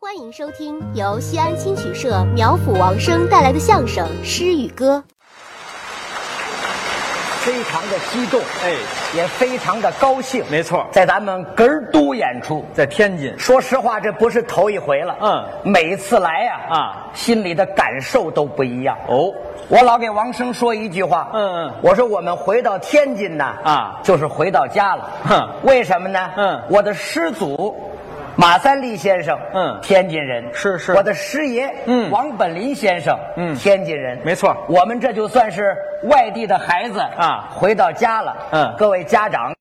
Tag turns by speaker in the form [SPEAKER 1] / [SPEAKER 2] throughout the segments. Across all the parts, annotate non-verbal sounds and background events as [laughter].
[SPEAKER 1] 欢迎收听由西安青曲社苗阜王声带来的相声《诗与歌
[SPEAKER 2] 非常的激动，
[SPEAKER 3] 哎，
[SPEAKER 2] 也非常的高兴。
[SPEAKER 3] 没错
[SPEAKER 2] 在咱们哏儿都演出，
[SPEAKER 3] 在天津，
[SPEAKER 2] 说实话，这不是头一回了。
[SPEAKER 3] 嗯，
[SPEAKER 2] 每次来呀、
[SPEAKER 3] 啊
[SPEAKER 2] 心里的感受都不一样。
[SPEAKER 3] 哦，
[SPEAKER 2] 我老给王生说一句话，
[SPEAKER 3] 嗯嗯
[SPEAKER 2] 我说我们回到天津呐，
[SPEAKER 3] 啊
[SPEAKER 2] 就是回到家了。
[SPEAKER 3] 哼
[SPEAKER 2] 为什么呢？
[SPEAKER 3] 嗯
[SPEAKER 2] 我的师祖。马三立先生，
[SPEAKER 3] 嗯
[SPEAKER 2] 天津人，
[SPEAKER 3] 是是
[SPEAKER 2] 我的师爷，
[SPEAKER 3] 嗯
[SPEAKER 2] 王本林先生，
[SPEAKER 3] 嗯
[SPEAKER 2] 天津人，
[SPEAKER 3] 没错
[SPEAKER 2] 我们这就算是外地的孩子
[SPEAKER 3] 啊
[SPEAKER 2] 回到家了，
[SPEAKER 3] 嗯
[SPEAKER 2] 各位家长，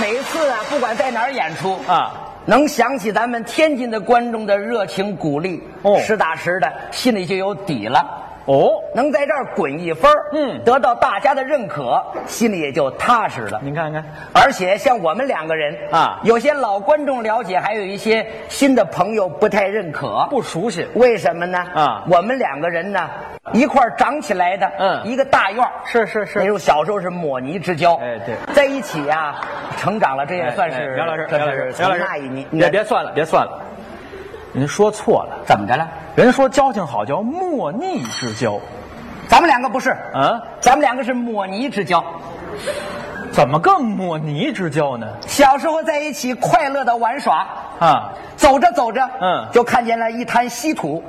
[SPEAKER 2] 每次啊，不管在哪儿演出
[SPEAKER 3] 啊，
[SPEAKER 2] 能想起咱们天津的观众的热情鼓励，
[SPEAKER 3] 哦
[SPEAKER 2] 实打实的，心里就有底了。
[SPEAKER 3] 哦，
[SPEAKER 2] 能在这儿滚一分儿
[SPEAKER 3] 嗯
[SPEAKER 2] 得到大家的认可，心里也就踏实了。
[SPEAKER 3] 您看看，
[SPEAKER 2] 而且像我们两个人
[SPEAKER 3] 啊
[SPEAKER 2] 有些老观众了解，还有一些新的朋友不太认可。
[SPEAKER 3] 不熟悉，
[SPEAKER 2] 为什么呢？
[SPEAKER 3] 啊
[SPEAKER 2] 我们两个人呢，一块儿长起来的，
[SPEAKER 3] 嗯
[SPEAKER 2] 一个大院儿
[SPEAKER 3] 是是
[SPEAKER 2] 那时，候小时候是抹泥之交，
[SPEAKER 3] 哎对
[SPEAKER 2] 在一起呀，成长了，这也
[SPEAKER 3] 哎
[SPEAKER 2] 算
[SPEAKER 3] 哎
[SPEAKER 2] 是
[SPEAKER 3] 苗老师，
[SPEAKER 2] 这
[SPEAKER 3] 苗老
[SPEAKER 2] 是
[SPEAKER 3] 师，
[SPEAKER 2] 从
[SPEAKER 3] 苗老
[SPEAKER 2] 那一
[SPEAKER 3] 师
[SPEAKER 2] 年，，
[SPEAKER 3] 别别算了，别算了，您说错了，
[SPEAKER 2] 怎么着了？
[SPEAKER 3] 人说交情好叫莫逆之交，
[SPEAKER 2] 咱们两个不是，
[SPEAKER 3] 啊，
[SPEAKER 2] 咱们两个是抹泥之交。
[SPEAKER 3] 怎么更莫逆之交呢？
[SPEAKER 2] 小时候在一起快乐的玩耍，
[SPEAKER 3] 啊，
[SPEAKER 2] 走着走着，
[SPEAKER 3] 嗯
[SPEAKER 2] 就看见了一滩稀土。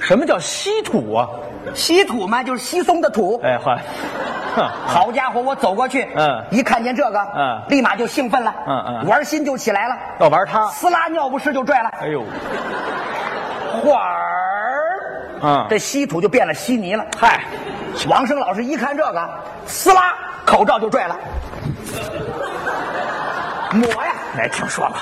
[SPEAKER 3] 什么叫稀土啊？
[SPEAKER 2] 稀土嘛，就是稀松的土。
[SPEAKER 3] 哎，好， [laughs] 哼
[SPEAKER 2] 好家伙，我走过去，
[SPEAKER 3] 嗯
[SPEAKER 2] 一看见这个，
[SPEAKER 3] 嗯
[SPEAKER 2] 立马就兴奋了，
[SPEAKER 3] 嗯嗯
[SPEAKER 2] 玩心就起来了，
[SPEAKER 3] 要玩它，
[SPEAKER 2] 撕拉尿不湿就拽了，
[SPEAKER 3] 哎呦，
[SPEAKER 2] 晃儿，
[SPEAKER 3] 嗯
[SPEAKER 2] 这稀土就变了稀泥了。嗨，王生老师一看这个，撕拉口罩就拽了，抹呀，
[SPEAKER 3] 没哎听说过，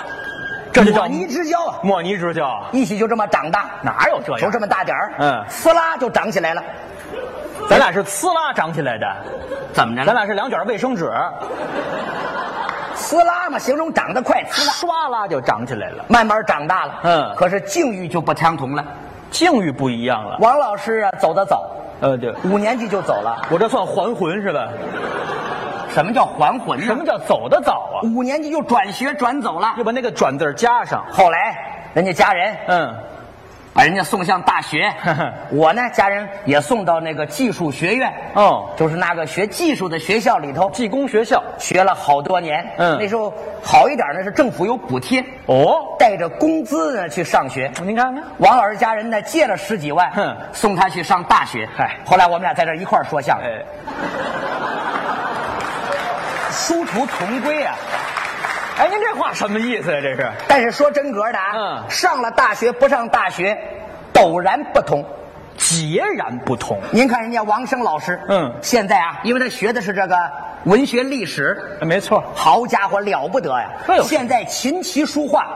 [SPEAKER 3] 这就
[SPEAKER 2] 抹
[SPEAKER 3] 叫
[SPEAKER 2] 泥之交啊，
[SPEAKER 3] 莫逆之交啊？
[SPEAKER 2] 一起就这么长大，
[SPEAKER 3] 哪有这
[SPEAKER 2] 头
[SPEAKER 3] 样
[SPEAKER 2] 这？么大点儿，
[SPEAKER 3] 嗯
[SPEAKER 2] 撕拉就长起来了，
[SPEAKER 3] 咱俩是呲啦长起来的，
[SPEAKER 2] 怎么
[SPEAKER 3] 咱俩是两卷卫生纸，
[SPEAKER 2] 撕拉嘛，形容长得快，撕拉。
[SPEAKER 3] 唰啦就长起来了。
[SPEAKER 2] 慢慢长大了，
[SPEAKER 3] 嗯
[SPEAKER 2] 可是境遇就不相同了。
[SPEAKER 3] 境遇不一样了。
[SPEAKER 2] 王老师啊，走得早，
[SPEAKER 3] 呃，对，
[SPEAKER 2] 五年级就走了。
[SPEAKER 3] 我这算还魂是吧？
[SPEAKER 2] 什么叫还魂
[SPEAKER 3] 什么？叫走得早啊？
[SPEAKER 2] 五年级就转学转走了
[SPEAKER 3] 就。把那个“转”字儿加上。
[SPEAKER 2] 后来人家家人
[SPEAKER 3] 嗯，
[SPEAKER 2] 把人家送向大
[SPEAKER 3] [laughs]
[SPEAKER 2] 学，我呢家人也送到那个技术学院，
[SPEAKER 3] 哦，
[SPEAKER 2] 就是那个学技术的学校里头
[SPEAKER 3] 技工学校。
[SPEAKER 2] 学了好多年。
[SPEAKER 3] 嗯
[SPEAKER 2] 那时候好一点呢是政府有补贴，
[SPEAKER 3] 哦，
[SPEAKER 2] 带着工资呢去上学。
[SPEAKER 3] 您看看，
[SPEAKER 2] 王老师家人呢借了十几万，
[SPEAKER 3] 哼
[SPEAKER 2] 送他去上大学。
[SPEAKER 3] 嗨
[SPEAKER 2] 后来我们俩在这儿一块儿说相声。
[SPEAKER 3] 哎，
[SPEAKER 2] 殊途同归啊！
[SPEAKER 3] 哎，您这话什么意思呀、这是？
[SPEAKER 2] 但是说真格的啊，
[SPEAKER 3] 嗯
[SPEAKER 2] 上了大学不上大学，陡然不同。
[SPEAKER 3] 截然不同。
[SPEAKER 2] 您看人家王生老师，
[SPEAKER 3] 嗯
[SPEAKER 2] 现在啊，因为他学的是这个文学历史，
[SPEAKER 3] 没错，
[SPEAKER 2] 好家伙，了不得呀
[SPEAKER 3] 哎！呦
[SPEAKER 2] 现在琴棋书画，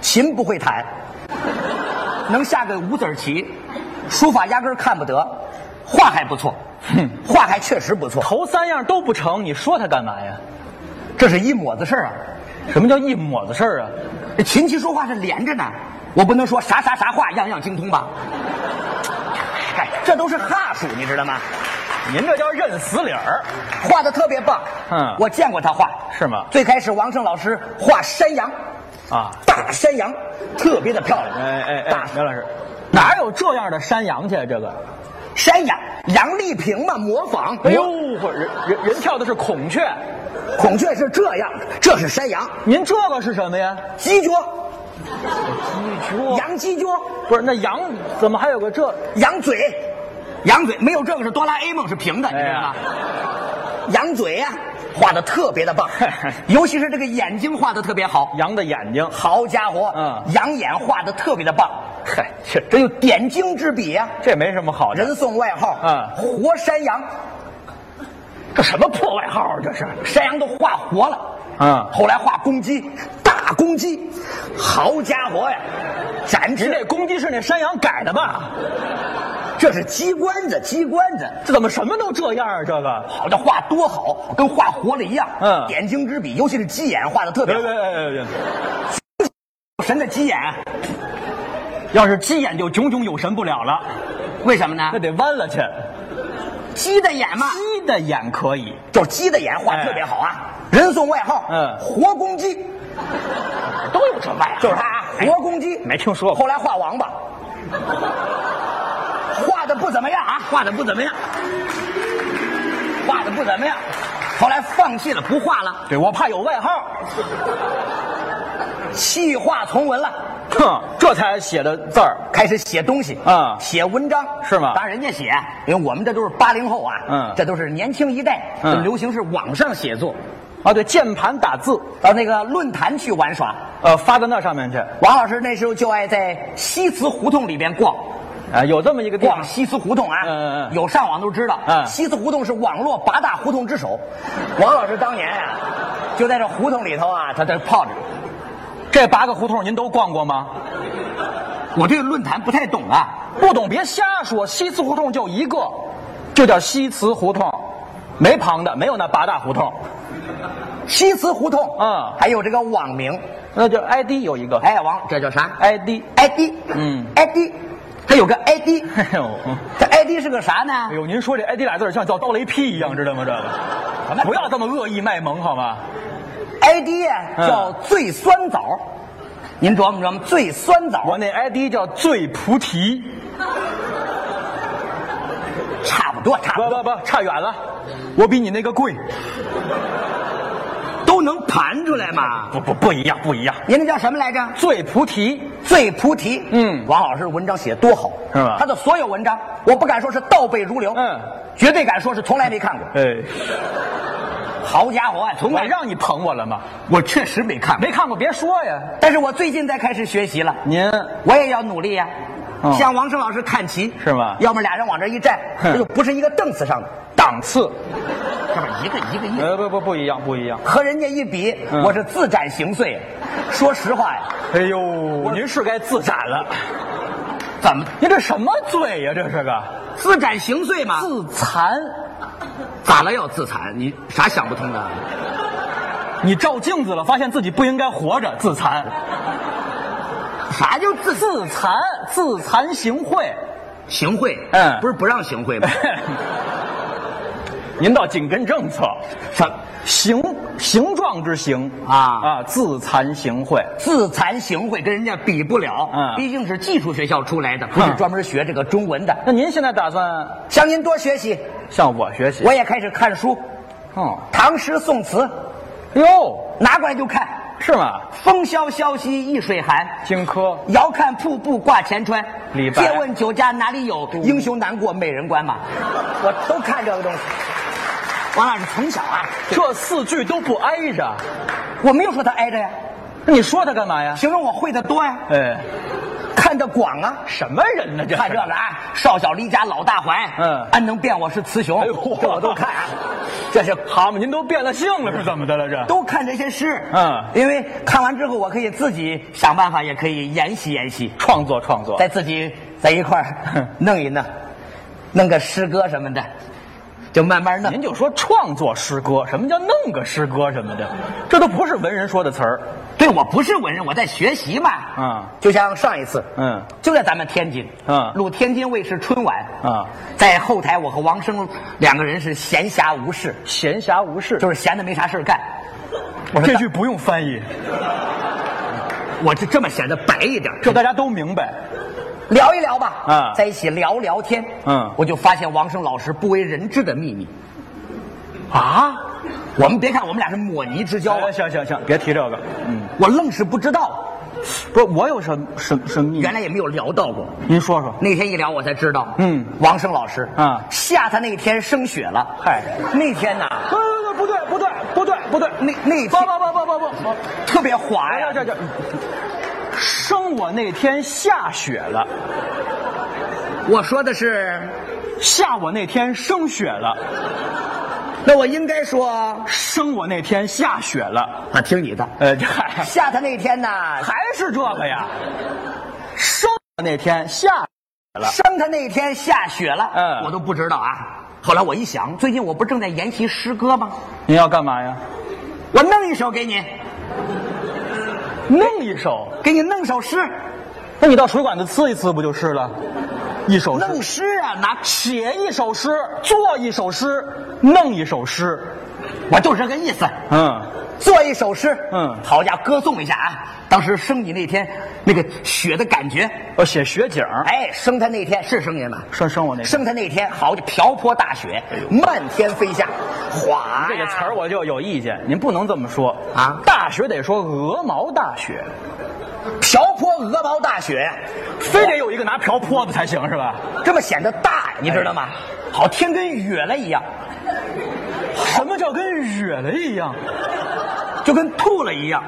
[SPEAKER 2] 琴不会弹，能下个五子棋，书法压根儿看不得，画还不错，画还确实不错，
[SPEAKER 3] 头三样都不成，你说他干嘛呀？
[SPEAKER 2] 这是一抹子事儿啊。
[SPEAKER 3] 什么叫一抹子事儿啊？
[SPEAKER 2] 这琴棋书画是连着呢，我不能说啥啥啥画样样精通吧？哎，这都是哈数，你知道吗？
[SPEAKER 3] 您这叫认死理儿。
[SPEAKER 2] 画的特别棒，
[SPEAKER 3] 嗯
[SPEAKER 2] 我见过他画，
[SPEAKER 3] 是吗
[SPEAKER 2] 最开始王胜老师画山羊，
[SPEAKER 3] 啊
[SPEAKER 2] 大山羊，特别的漂亮。
[SPEAKER 3] 哎哎
[SPEAKER 2] 大
[SPEAKER 3] 哎，苗老师，哪有这样的山羊去啊？这个，
[SPEAKER 2] 山羊，杨丽萍嘛，模仿。
[SPEAKER 3] 哎呦，，不是人人人跳的是孔雀，
[SPEAKER 2] 孔雀是这样的，这是山羊，
[SPEAKER 3] 您这个是什么呀？
[SPEAKER 2] 鸡脚，
[SPEAKER 3] 鸡
[SPEAKER 2] 羊鸡脚，
[SPEAKER 3] 不是那羊怎么还有个这？
[SPEAKER 2] 羊嘴，羊嘴没有这个是哆啦 A 梦是平的，你知道
[SPEAKER 3] 哎
[SPEAKER 2] 吗？ [laughs] 羊嘴呀、画的特别的
[SPEAKER 3] [laughs]
[SPEAKER 2] 棒，尤其是这个眼睛画的特别好。
[SPEAKER 3] 羊的眼睛，
[SPEAKER 2] 好家伙，
[SPEAKER 3] 嗯
[SPEAKER 2] 羊眼画的特别的棒，
[SPEAKER 3] 嗨，这
[SPEAKER 2] 这就点睛之笔呀、
[SPEAKER 3] 这没什么好的。
[SPEAKER 2] 人送外号，
[SPEAKER 3] 嗯
[SPEAKER 2] 活山羊，
[SPEAKER 3] 这什么破外号啊？这是
[SPEAKER 2] 山羊都画活了，
[SPEAKER 3] 嗯
[SPEAKER 2] 后来画公鸡，大公鸡，好家伙呀，展
[SPEAKER 3] 您
[SPEAKER 2] 翅，
[SPEAKER 3] 这公鸡是那山羊改的吧？
[SPEAKER 2] 这是鸡冠子，鸡冠子，
[SPEAKER 3] 这怎么什么都这样啊？这个，
[SPEAKER 2] 好的画多好，跟画活了一样，
[SPEAKER 3] 嗯
[SPEAKER 2] 点睛之笔，尤其是鸡眼画的特别好，
[SPEAKER 3] 对哎对，
[SPEAKER 2] 神的鸡眼，
[SPEAKER 3] 要是鸡眼就炯炯有神不了了，
[SPEAKER 2] 为什么呢
[SPEAKER 3] 那？得弯了去。
[SPEAKER 2] 鸡的眼嘛，
[SPEAKER 3] 哎鸡的眼可以，
[SPEAKER 2] 就是鸡的眼画特别好啊，人送外号，
[SPEAKER 3] 哎嗯
[SPEAKER 2] 活公鸡，
[SPEAKER 3] 都有这外号，哎
[SPEAKER 2] 就是他，活公鸡，
[SPEAKER 3] 没听说过
[SPEAKER 2] 后来画王八，画的不怎么样啊，
[SPEAKER 3] 画的不怎么样。
[SPEAKER 2] 画的不怎么样，后来放弃了，不画了，
[SPEAKER 3] 对我怕有外号，
[SPEAKER 2] 弃画从文了。
[SPEAKER 3] 哼，这才写的字儿。
[SPEAKER 2] 开始写东西
[SPEAKER 3] 啊
[SPEAKER 2] 写文章
[SPEAKER 3] 是吗
[SPEAKER 2] 当然人家写，因为我们这都是八零后啊，
[SPEAKER 3] 嗯
[SPEAKER 2] 这都是年轻一代，
[SPEAKER 3] 嗯
[SPEAKER 2] 这流行是网上写作，
[SPEAKER 3] 啊，对，键盘打字，
[SPEAKER 2] 到那个论坛去玩耍。
[SPEAKER 3] 呃，发到那上面去。啊、
[SPEAKER 2] 王老师那时候就爱在西祠胡同里边逛，
[SPEAKER 3] 啊有这么一个地
[SPEAKER 2] 逛
[SPEAKER 3] 方，
[SPEAKER 2] 西祠胡同啊，
[SPEAKER 3] 嗯嗯嗯
[SPEAKER 2] 有上网都知道，
[SPEAKER 3] 嗯
[SPEAKER 2] 西祠胡同是网络八大胡同之首。王老师当年啊，就在这胡同里头啊，他在泡着。
[SPEAKER 3] 这八个胡同您都逛过吗？
[SPEAKER 2] 我对论坛不太懂啊，
[SPEAKER 3] 不懂别瞎说，西祠胡同就一个，就叫西祠胡同，没旁的，没有那八大胡同，
[SPEAKER 2] 西祠胡同，
[SPEAKER 3] 嗯
[SPEAKER 2] 还有这个网名，
[SPEAKER 3] 那就 ID 有一个
[SPEAKER 2] 哎，王，这叫啥？
[SPEAKER 3] ，ID，
[SPEAKER 2] ID，
[SPEAKER 3] 嗯
[SPEAKER 2] ，ID，还有个 ID，
[SPEAKER 3] 哎呦，嗯
[SPEAKER 2] 这 ID 是个啥呢
[SPEAKER 3] 哎？呦，您说这 ID 俩字儿像叫刀雷劈一样，知道吗？这个，不要这么恶意卖萌好吗？
[SPEAKER 2] ID 呀
[SPEAKER 3] 嗯
[SPEAKER 2] 啊叫醉酸枣，您琢磨琢磨，醉酸枣
[SPEAKER 3] 我那 ID 叫醉菩提，
[SPEAKER 2] 差不多，差
[SPEAKER 3] 不
[SPEAKER 2] 不多
[SPEAKER 3] 不不，差远了，我比你那个贵，
[SPEAKER 2] 都能盘出来嘛。
[SPEAKER 3] 不不不一样，不一样，
[SPEAKER 2] 您那叫什么来着？
[SPEAKER 3] 醉菩提，
[SPEAKER 2] 醉菩提。
[SPEAKER 3] 嗯
[SPEAKER 2] 王老师文章写得多好，
[SPEAKER 3] 是吧
[SPEAKER 2] 他的所有文章，我不敢说是倒背如流，
[SPEAKER 3] 嗯，
[SPEAKER 2] 绝对敢说是从来没看过。
[SPEAKER 3] 哎。
[SPEAKER 2] 好家伙啊，从
[SPEAKER 3] 我
[SPEAKER 2] 来
[SPEAKER 3] 让你捧我了吗？
[SPEAKER 2] 我确实没看过，
[SPEAKER 3] 没看过别说呀。
[SPEAKER 2] 但是我最近在开始学习了。
[SPEAKER 3] 您
[SPEAKER 2] 我也要努力呀、
[SPEAKER 3] 哦
[SPEAKER 2] 向王胜老师看齐
[SPEAKER 3] 是吗
[SPEAKER 2] 要么俩人往这一站，
[SPEAKER 3] 哼
[SPEAKER 2] 这就不是一个凳子上的，
[SPEAKER 3] 档次，
[SPEAKER 2] 这不一个一个一个，
[SPEAKER 3] 呃不不不一样不一样。
[SPEAKER 2] 和人家一比，
[SPEAKER 3] 嗯
[SPEAKER 2] 我是自斩形秽。说实话呀，
[SPEAKER 3] 哎呦，您是该自斩了。
[SPEAKER 2] 怎么
[SPEAKER 3] 您这什么罪呀、这是个
[SPEAKER 2] 自斩形秽嘛？
[SPEAKER 3] 自残。
[SPEAKER 2] 咋了要自残？你啥想不通啊的？
[SPEAKER 3] 你照镜子了，发现自己不应该活着，自残。
[SPEAKER 2] 啥叫自
[SPEAKER 3] 自残，自惭形秽。
[SPEAKER 2] 行贿？
[SPEAKER 3] 嗯
[SPEAKER 2] 不是不让行贿吗？
[SPEAKER 3] [laughs] 您倒紧跟政策，
[SPEAKER 2] 什
[SPEAKER 3] 形形状之形
[SPEAKER 2] 啊
[SPEAKER 3] 啊，自惭形秽。
[SPEAKER 2] 自惭形秽跟人家比不了，
[SPEAKER 3] 嗯
[SPEAKER 2] 毕竟是技术学校出来的，不是
[SPEAKER 3] 嗯
[SPEAKER 2] 专门学这个中文的。
[SPEAKER 3] 那您现在打算
[SPEAKER 2] 向您多学习，
[SPEAKER 3] 向我学习？
[SPEAKER 2] 我也开始看书，
[SPEAKER 3] 哦，
[SPEAKER 2] 唐诗宋词
[SPEAKER 3] 哟，
[SPEAKER 2] 拿过来就看。
[SPEAKER 3] 是吗？
[SPEAKER 2] 风萧萧兮易水寒，
[SPEAKER 3] 荆轲
[SPEAKER 2] 遥看瀑布挂前川。
[SPEAKER 3] 李白
[SPEAKER 2] 借问酒家哪里有？英雄难过美人关嘛。我都看这个东西。王老师从小啊，
[SPEAKER 3] 这四句都不挨着，
[SPEAKER 2] 我没有说他挨着呀，
[SPEAKER 3] 那你说他干嘛呀？
[SPEAKER 2] 形容我会的多呀，
[SPEAKER 3] 哎，
[SPEAKER 2] 看得广啊。
[SPEAKER 3] 什么人呢？这
[SPEAKER 2] 看这个啊，少小离家老大还。
[SPEAKER 3] 嗯
[SPEAKER 2] 安能辨我是雌雄？
[SPEAKER 3] 哎呦
[SPEAKER 2] 这我都看啊，
[SPEAKER 3] [laughs] 这是蛤蟆，您都变了性了是怎么的了？这
[SPEAKER 2] 都看这些诗。
[SPEAKER 3] 嗯
[SPEAKER 2] 因为看完之后，我可以自己想办法，也可以研习研习。
[SPEAKER 3] 创作创作，
[SPEAKER 2] 再自己在一块
[SPEAKER 3] [laughs]
[SPEAKER 2] 儿弄一弄，弄个诗歌什么的，就慢慢弄
[SPEAKER 3] 您。就说创作诗歌，什么叫弄个诗歌什么的，这都不是文人说的词儿。
[SPEAKER 2] 对我不是文人，我在学习嘛。
[SPEAKER 3] 嗯，
[SPEAKER 2] 就像上一次，
[SPEAKER 3] 嗯，
[SPEAKER 2] 就在咱们天津，
[SPEAKER 3] 嗯
[SPEAKER 2] 录天津卫视春晚，
[SPEAKER 3] 嗯，
[SPEAKER 2] 在后台我和王生两个人是闲暇无事，
[SPEAKER 3] 闲暇无事，
[SPEAKER 2] 就是闲的没啥事儿干。我说
[SPEAKER 3] 这
[SPEAKER 2] 大
[SPEAKER 3] 句不用翻译，
[SPEAKER 2] 我就这么显得白一点，啊
[SPEAKER 3] 这大家都明白。
[SPEAKER 2] 聊一聊吧，
[SPEAKER 3] 嗯
[SPEAKER 2] 在一起聊聊天，
[SPEAKER 3] 嗯
[SPEAKER 2] 我就发现王生老师不为人知的秘密。
[SPEAKER 3] 啊？
[SPEAKER 2] 我们别看我们俩是抹泥之交啊，
[SPEAKER 3] 哎行行行，别提这个。嗯，
[SPEAKER 2] 我愣是不知道，
[SPEAKER 3] 不是我有什么什什么秘密？
[SPEAKER 2] 原来也没有聊到过。
[SPEAKER 3] 您说说。
[SPEAKER 2] 那天一聊，我才知道，
[SPEAKER 3] 嗯
[SPEAKER 2] 王生老师
[SPEAKER 3] 啊
[SPEAKER 2] 下他那天升雪了，
[SPEAKER 3] 嗨
[SPEAKER 2] 那天呐，
[SPEAKER 3] 不不对不对不对不对
[SPEAKER 2] 那那
[SPEAKER 3] 不
[SPEAKER 2] 天
[SPEAKER 3] 不不不不不。
[SPEAKER 2] 特别滑
[SPEAKER 3] 哎
[SPEAKER 2] 呀
[SPEAKER 3] 呀，，这这，生我那天下雪了，
[SPEAKER 2] 我说的是，
[SPEAKER 3] 下我那天升雪了，
[SPEAKER 2] 那我应该说，
[SPEAKER 3] 生我那天下雪了。
[SPEAKER 2] 啊，听你的，
[SPEAKER 3] 呃，这还
[SPEAKER 2] 下他那天呐，
[SPEAKER 3] 还是这个呀，生我那天下，了
[SPEAKER 2] 生他那天下雪了，
[SPEAKER 3] 嗯
[SPEAKER 2] 我都不知道啊。后来我一想，最近我不正在研习诗歌吗？
[SPEAKER 3] 您要干嘛呀？
[SPEAKER 2] 我弄一首给你，
[SPEAKER 3] 弄一首，
[SPEAKER 2] 给你弄首诗，
[SPEAKER 3] 那你到水管子呲一呲不就是了？一首诗
[SPEAKER 2] 弄诗啊，拿
[SPEAKER 3] 写一首诗，做一首诗，弄一首诗，
[SPEAKER 2] 我就是这个意思。
[SPEAKER 3] 嗯，
[SPEAKER 2] 做一首诗，
[SPEAKER 3] 嗯
[SPEAKER 2] 好家伙，歌颂一下啊！当时生你那天那个雪的感觉，
[SPEAKER 3] 我哦写雪景儿，
[SPEAKER 2] 哎，生他那天是生您吗？
[SPEAKER 3] 生生我那个
[SPEAKER 2] 生他那天，好，瓢泼大雪，漫天飞下，哗呀！
[SPEAKER 3] 哎这个词儿我就有意见，您不能这么说
[SPEAKER 2] 啊
[SPEAKER 3] 大学得说鹅毛大雪，
[SPEAKER 2] 瓢泼鹅毛大雪呀，
[SPEAKER 3] 非得有一个拿瓢泼的才行是吧？
[SPEAKER 2] 这么显得大呀，你知道吗？
[SPEAKER 3] 哎
[SPEAKER 2] 好，天跟哕了一样，
[SPEAKER 3] 什么叫跟哕了一样？
[SPEAKER 2] 就跟吐了一样。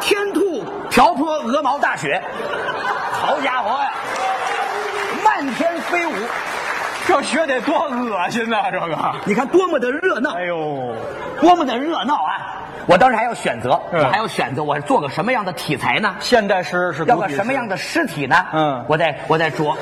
[SPEAKER 2] 天吐瓢泼鹅毛大雪，好家伙呀，漫天飞舞，
[SPEAKER 3] 这雪得多恶心呐、这个，
[SPEAKER 2] 你看多么的热闹
[SPEAKER 3] 哎，呦，
[SPEAKER 2] 多么的热闹啊！我当时还要选择，
[SPEAKER 3] 嗯
[SPEAKER 2] 我还要选择，我做个什么样的题材呢？
[SPEAKER 3] 现代诗是
[SPEAKER 2] 要个什么样
[SPEAKER 3] 的？
[SPEAKER 2] 的尸体呢？
[SPEAKER 3] 嗯
[SPEAKER 2] 我再我再琢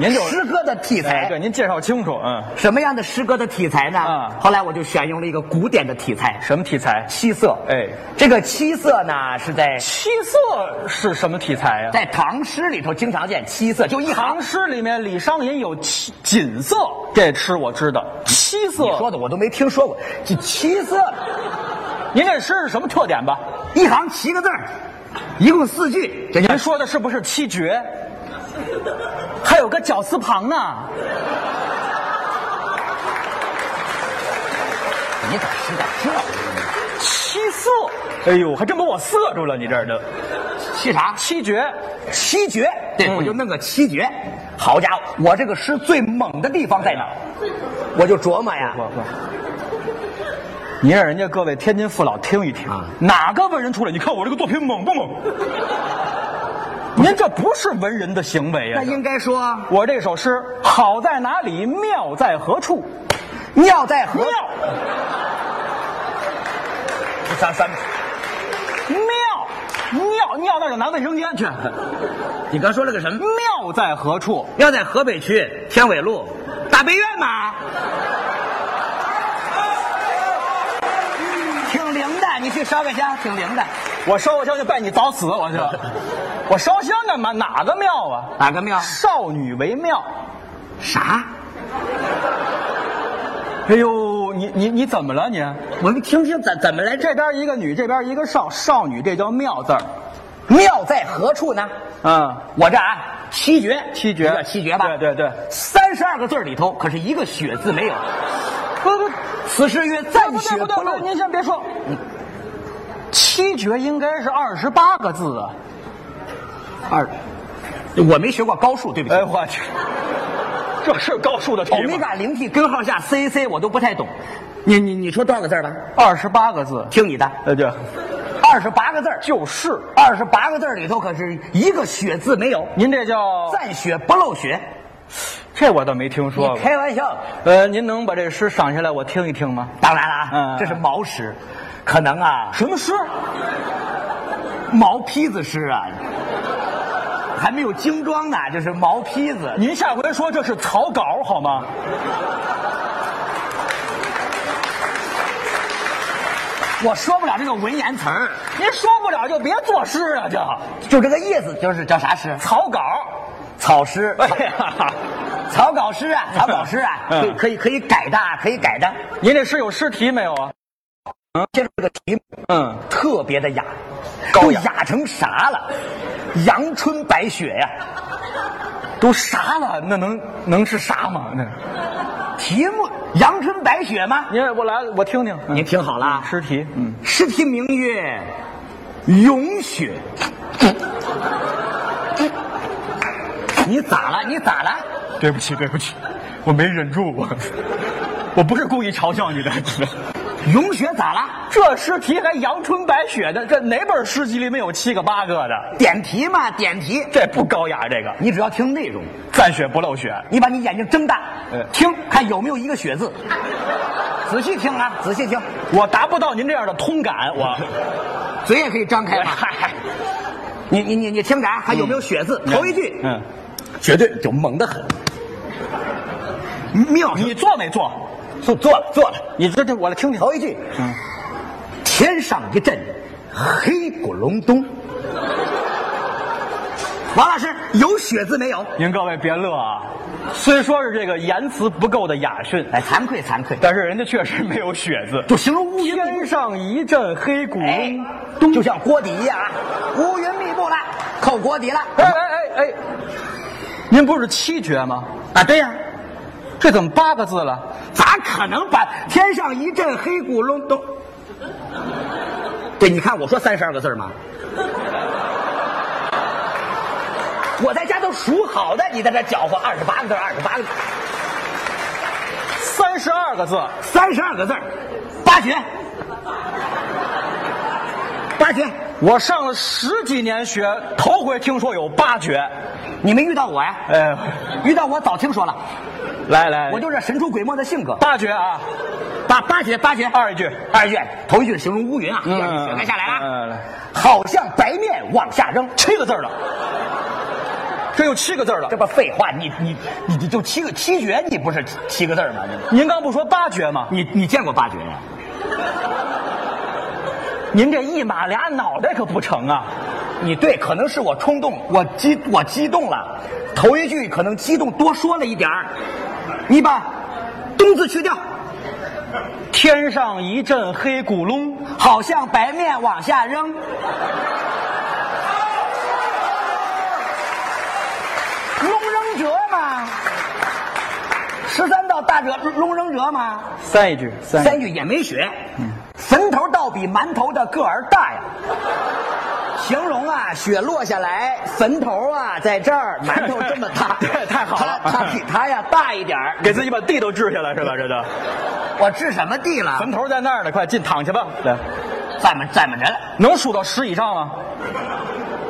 [SPEAKER 3] 您就
[SPEAKER 2] 诗歌的题
[SPEAKER 3] 哎，
[SPEAKER 2] 材
[SPEAKER 3] 对，，您介绍清楚，嗯，
[SPEAKER 2] 什么样的诗歌的题材呢？
[SPEAKER 3] 嗯
[SPEAKER 2] 后来我就选用了一个古典的题材，
[SPEAKER 3] 什么题材？
[SPEAKER 2] 七色。
[SPEAKER 3] 哎
[SPEAKER 2] 这个七色呢是在
[SPEAKER 3] 七色是什么题材呀、
[SPEAKER 2] 在唐诗里头经常见，七色就一行
[SPEAKER 3] 唐。诗里面，李商隐有七锦瑟，这诗我知道。七色，
[SPEAKER 2] 你说的我都没听说过，这七色，
[SPEAKER 3] 您这诗是什么特点吧？
[SPEAKER 2] 一行七个字儿一共四句，这就
[SPEAKER 3] 您说的是不是七绝？还有个绞丝旁呢，
[SPEAKER 2] 你咋是在这？
[SPEAKER 3] 七色。哎呦，还真把我色住了，你这儿的
[SPEAKER 2] 七啥？
[SPEAKER 3] 七绝，
[SPEAKER 2] 七绝，对，
[SPEAKER 3] 嗯
[SPEAKER 2] 我就弄个七绝。好家伙，我这个诗最猛的地方在哪儿？我就琢磨呀，
[SPEAKER 3] 不不，你让人家各位天津父老听一听，
[SPEAKER 2] 啊
[SPEAKER 3] 哪个文人出来？你看我这个作品猛
[SPEAKER 2] [laughs]
[SPEAKER 3] 不猛？您这不是文人的行为啊
[SPEAKER 2] 那
[SPEAKER 3] 呀、
[SPEAKER 2] 应该说
[SPEAKER 3] 我这首诗好在哪里，妙在何处？
[SPEAKER 2] 尿在河
[SPEAKER 3] 妙，
[SPEAKER 2] 咱咱，
[SPEAKER 3] 妙，尿尿那儿就拿卫生间去。
[SPEAKER 2] 你刚说了个什么？
[SPEAKER 3] 妙在何处？
[SPEAKER 2] 要在河北区天纬路大悲院吗？挺灵的，你去烧个香，挺灵的。
[SPEAKER 3] 我烧个香就拜你早死，我去。我烧香干嘛？哪个庙啊？
[SPEAKER 2] 哪个庙？
[SPEAKER 3] 少女为妙。
[SPEAKER 2] 啥？
[SPEAKER 3] 哎呦，你你你怎么了你？
[SPEAKER 2] 我们听听怎怎么来这
[SPEAKER 3] 这边一个女，这边一个少，少女这叫妙字儿。
[SPEAKER 2] 庙在何处呢？
[SPEAKER 3] 嗯，
[SPEAKER 2] 我这啊，七绝，
[SPEAKER 3] 七绝
[SPEAKER 2] 这叫七绝吧？
[SPEAKER 3] 对对对
[SPEAKER 2] 三十二个字儿里头，可是一个雪字没有。
[SPEAKER 3] 不不，
[SPEAKER 2] 此诗曰：暂
[SPEAKER 3] 不
[SPEAKER 2] 雪
[SPEAKER 3] 对不对
[SPEAKER 2] 不嗯
[SPEAKER 3] 不对，
[SPEAKER 2] 露。
[SPEAKER 3] 您先别说。七绝应该是二十八个字啊。
[SPEAKER 2] 二，呃我没学过高数，对不起。
[SPEAKER 3] 哎，我去，这是高数的题
[SPEAKER 2] 欧米
[SPEAKER 3] 吗？
[SPEAKER 2] 伽零 T 根号下 C C 我都不太懂。你你你说多少个字儿吧？
[SPEAKER 3] 二十八个字，
[SPEAKER 2] 听你的，
[SPEAKER 3] 哎对，
[SPEAKER 2] 二十八个字儿，
[SPEAKER 3] 就是。
[SPEAKER 2] 二十八个字儿里头可是一个雪字没有，
[SPEAKER 3] 您这叫
[SPEAKER 2] 暂雪不漏雪。
[SPEAKER 3] 这我倒没听
[SPEAKER 2] 你
[SPEAKER 3] 说过。
[SPEAKER 2] 开玩笑？
[SPEAKER 3] 呃，您能把这诗赏下来我听一听吗？
[SPEAKER 2] 当然了啊，
[SPEAKER 3] 嗯
[SPEAKER 2] 这是毛诗，可能啊，
[SPEAKER 3] 什么诗？
[SPEAKER 2] 毛坯子诗啊，还没有精装呢，就是毛坯子。
[SPEAKER 3] 您下回说这是草稿好吗？
[SPEAKER 2] 我说不了这个文言词儿，
[SPEAKER 3] 您说不了就别作诗啊，这
[SPEAKER 2] 就这个意思，就是叫啥诗？
[SPEAKER 3] 草稿。
[SPEAKER 2] 草诗。
[SPEAKER 3] 哎呀，
[SPEAKER 2] [laughs] 草稿诗
[SPEAKER 3] [laughs]
[SPEAKER 2] 啊，草稿诗啊，可以
[SPEAKER 3] 嗯
[SPEAKER 2] 可以可以改的啊，可以改的。
[SPEAKER 3] 您这诗有诗题没有啊？
[SPEAKER 2] 接着这个题目
[SPEAKER 3] 嗯，
[SPEAKER 2] 特别的雅，
[SPEAKER 3] 高
[SPEAKER 2] 都
[SPEAKER 3] 雅
[SPEAKER 2] 雅成啥了？阳春白雪呀、
[SPEAKER 3] 都啥了？那能能是啥吗？那
[SPEAKER 2] 题目阳春白雪吗？
[SPEAKER 3] 您我来，我听听。嗯
[SPEAKER 2] 您听好了啊，
[SPEAKER 3] 诗题，嗯，
[SPEAKER 2] 诗题名曰《咏雪》。你咋了？你咋了？
[SPEAKER 3] 对不起，对不起，我没忍住，我我不是故意嘲笑你 [laughs] 的。
[SPEAKER 2] 咏雪咋了？
[SPEAKER 3] 这诗题还阳春白雪的，这哪本诗集里面有七个八个的？
[SPEAKER 2] 点题嘛，点题。
[SPEAKER 3] 这不高雅，
[SPEAKER 2] 啊
[SPEAKER 3] 这个
[SPEAKER 2] 你只要听内容，
[SPEAKER 3] 暂雪不漏雪。
[SPEAKER 2] 你把你眼睛睁大
[SPEAKER 3] 嗯，
[SPEAKER 2] 听看有没有一个雪字。仔细听啊，仔细听，
[SPEAKER 3] 我达不到您这样的通感，我
[SPEAKER 2] 嘴也可以张开嘛。你你你你听着啊，还有没有雪字？ [laughs] 头一句，
[SPEAKER 3] 嗯，
[SPEAKER 2] 绝对就猛得很，妙。
[SPEAKER 3] 你做没做？
[SPEAKER 2] 做做了做了，
[SPEAKER 3] 你这这我来听听。
[SPEAKER 2] 头一句，
[SPEAKER 3] 嗯，
[SPEAKER 2] 天上一阵黑咕隆咚。王老师有雪字没有？
[SPEAKER 3] 您各位别乐啊，虽说是这个言辞不够的雅逊，
[SPEAKER 2] 哎，惭愧惭愧，
[SPEAKER 3] 但是人家确实没有血字。
[SPEAKER 2] 就形容乌云密
[SPEAKER 3] 天上一阵黑咕
[SPEAKER 2] 哎
[SPEAKER 3] 隆，，
[SPEAKER 2] 就像锅底一样啊，乌云密布了，扣锅底了
[SPEAKER 3] 哎哎哎哎，您不是七绝吗？
[SPEAKER 2] 啊！对呀、
[SPEAKER 3] 这怎么八个字了？
[SPEAKER 2] 咋可能把天上一阵黑咕隆咚？对，你看我说三十二个字儿吗？我在家都数好的，你在这搅和二十八个字儿，二十八个字儿，
[SPEAKER 3] 三十二个字，
[SPEAKER 2] 三十二个字儿，八绝，八绝，
[SPEAKER 3] 我上了十几年学，头回听说有八绝。
[SPEAKER 2] 你没遇到我呀？
[SPEAKER 3] 哎，
[SPEAKER 2] 遇到我早听说了，
[SPEAKER 3] 来来，
[SPEAKER 2] 我就这神出鬼没的性格。
[SPEAKER 3] 八绝啊，
[SPEAKER 2] 八八绝，八绝，
[SPEAKER 3] 二一句
[SPEAKER 2] 二一句，头一句形容乌云啊，第
[SPEAKER 3] 嗯
[SPEAKER 2] 二句雪开下来了啊，
[SPEAKER 3] 嗯来
[SPEAKER 2] 好像白面往下扔，
[SPEAKER 3] 七个字儿了，这有七个字儿了
[SPEAKER 2] 这。不废话，你你你你就七个七绝，你不是七七个字儿吗？这不
[SPEAKER 3] 您刚不说八绝吗？
[SPEAKER 2] 你你见过八绝呀？
[SPEAKER 3] 您这一马俩脑袋可不成啊！
[SPEAKER 2] 你对，可能是我冲动，我激我激动了，头一句可能激动多说了一点儿，你把“冬”字去掉，
[SPEAKER 3] 天上一阵黑咕隆，
[SPEAKER 2] 好像白面往下扔，龙扔折嘛，十三道大折龙扔折嘛。
[SPEAKER 3] 三一句，三，
[SPEAKER 2] 三句也没学，坟头倒比馒头的个儿大呀。形容啊，雪落下来，坟头啊在这儿，馒头这么大
[SPEAKER 3] [laughs] 对太好了
[SPEAKER 2] 它它比它呀大一点儿。
[SPEAKER 3] 给自己把地都治下来是吧？这都
[SPEAKER 2] 嗯我治什么地了？
[SPEAKER 3] 坟头在那儿呢，快进躺下吧。来，
[SPEAKER 2] 怎么怎么着了？
[SPEAKER 3] 能数到十以上吗？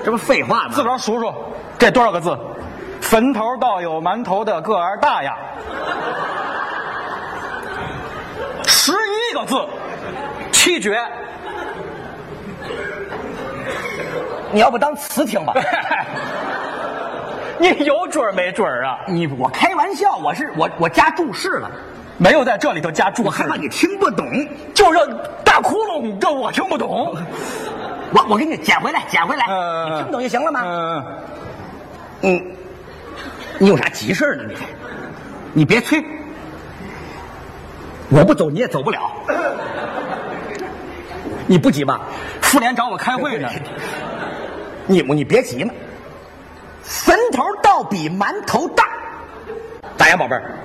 [SPEAKER 2] 这不废话吗
[SPEAKER 3] 自个儿数数，这多少个字？坟头倒有馒头的个儿大呀，十一个字，七绝。
[SPEAKER 2] 你要不当词听
[SPEAKER 3] [laughs]
[SPEAKER 2] 吧？
[SPEAKER 3] 你有准儿没准儿啊？
[SPEAKER 2] 你我开玩笑，我是我我加注释了，
[SPEAKER 3] 没有在这里头加注
[SPEAKER 2] 我
[SPEAKER 3] 释
[SPEAKER 2] 害怕，你听不懂。
[SPEAKER 3] 就这大窟窿，这我听不懂。
[SPEAKER 2] 我我给你捡回来，捡回来，
[SPEAKER 3] 嗯
[SPEAKER 2] 你听不懂就行了吗？
[SPEAKER 3] 嗯，嗯
[SPEAKER 2] 嗯，你有啥急事儿呢？你还，你别催，我不走你也走不了。你不急吧？
[SPEAKER 3] 妇联找我开会呢。
[SPEAKER 2] 你你别急嘛。坟头倒比馒头大，大眼宝贝儿，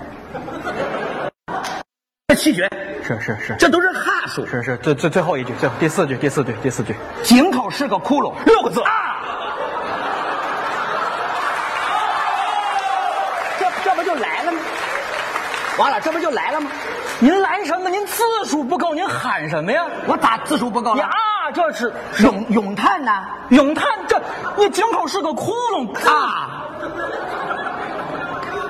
[SPEAKER 2] 这七绝，
[SPEAKER 3] 是是是
[SPEAKER 2] 这都是哈数。
[SPEAKER 3] 是是，最最最后一句，最后第四句，第四句，第四句，
[SPEAKER 2] 井口是个窟窿，
[SPEAKER 3] 六个字
[SPEAKER 2] 啊！这这不就来了吗？完了，这不就来了吗？
[SPEAKER 3] 您来什么？您字数不够，您喊什么呀？
[SPEAKER 2] 我咋字数不够
[SPEAKER 3] 你
[SPEAKER 2] 了？
[SPEAKER 3] 啊，这是
[SPEAKER 2] 咏咏叹呢？
[SPEAKER 3] 咏叹，这你井口是个窟窿啊，
[SPEAKER 2] 啊，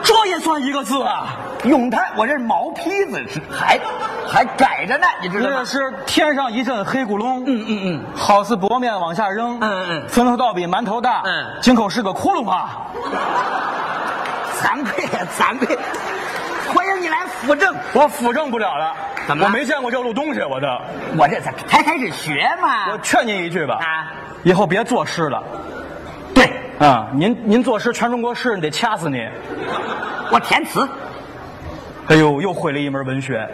[SPEAKER 3] 这也算一个字啊？
[SPEAKER 2] 咏叹，我这是毛坯子是还还改着呢，你知道
[SPEAKER 3] 这
[SPEAKER 2] 吗？
[SPEAKER 3] 是天上一阵黑咕隆，嗯
[SPEAKER 2] 嗯嗯，
[SPEAKER 3] 好似薄面往下扔，
[SPEAKER 2] 嗯嗯
[SPEAKER 3] 坟头倒比馒头大，
[SPEAKER 2] 嗯
[SPEAKER 3] 井口是个窟窿啊，
[SPEAKER 2] 惭愧啊，惭愧，欢迎你来辅政。
[SPEAKER 3] 我辅正不了了，啊
[SPEAKER 2] 怎么了
[SPEAKER 3] 我没见过这路东西，我的，
[SPEAKER 2] 我这才才开始学
[SPEAKER 3] 我
[SPEAKER 2] 嘛。
[SPEAKER 3] 劝您一句吧，
[SPEAKER 2] 啊，
[SPEAKER 3] 以后别作诗了。
[SPEAKER 2] 对，
[SPEAKER 3] 啊、您您作诗，全中国诗人得掐死您。
[SPEAKER 2] 我填词，
[SPEAKER 3] 哎呦，又毁了一门文学。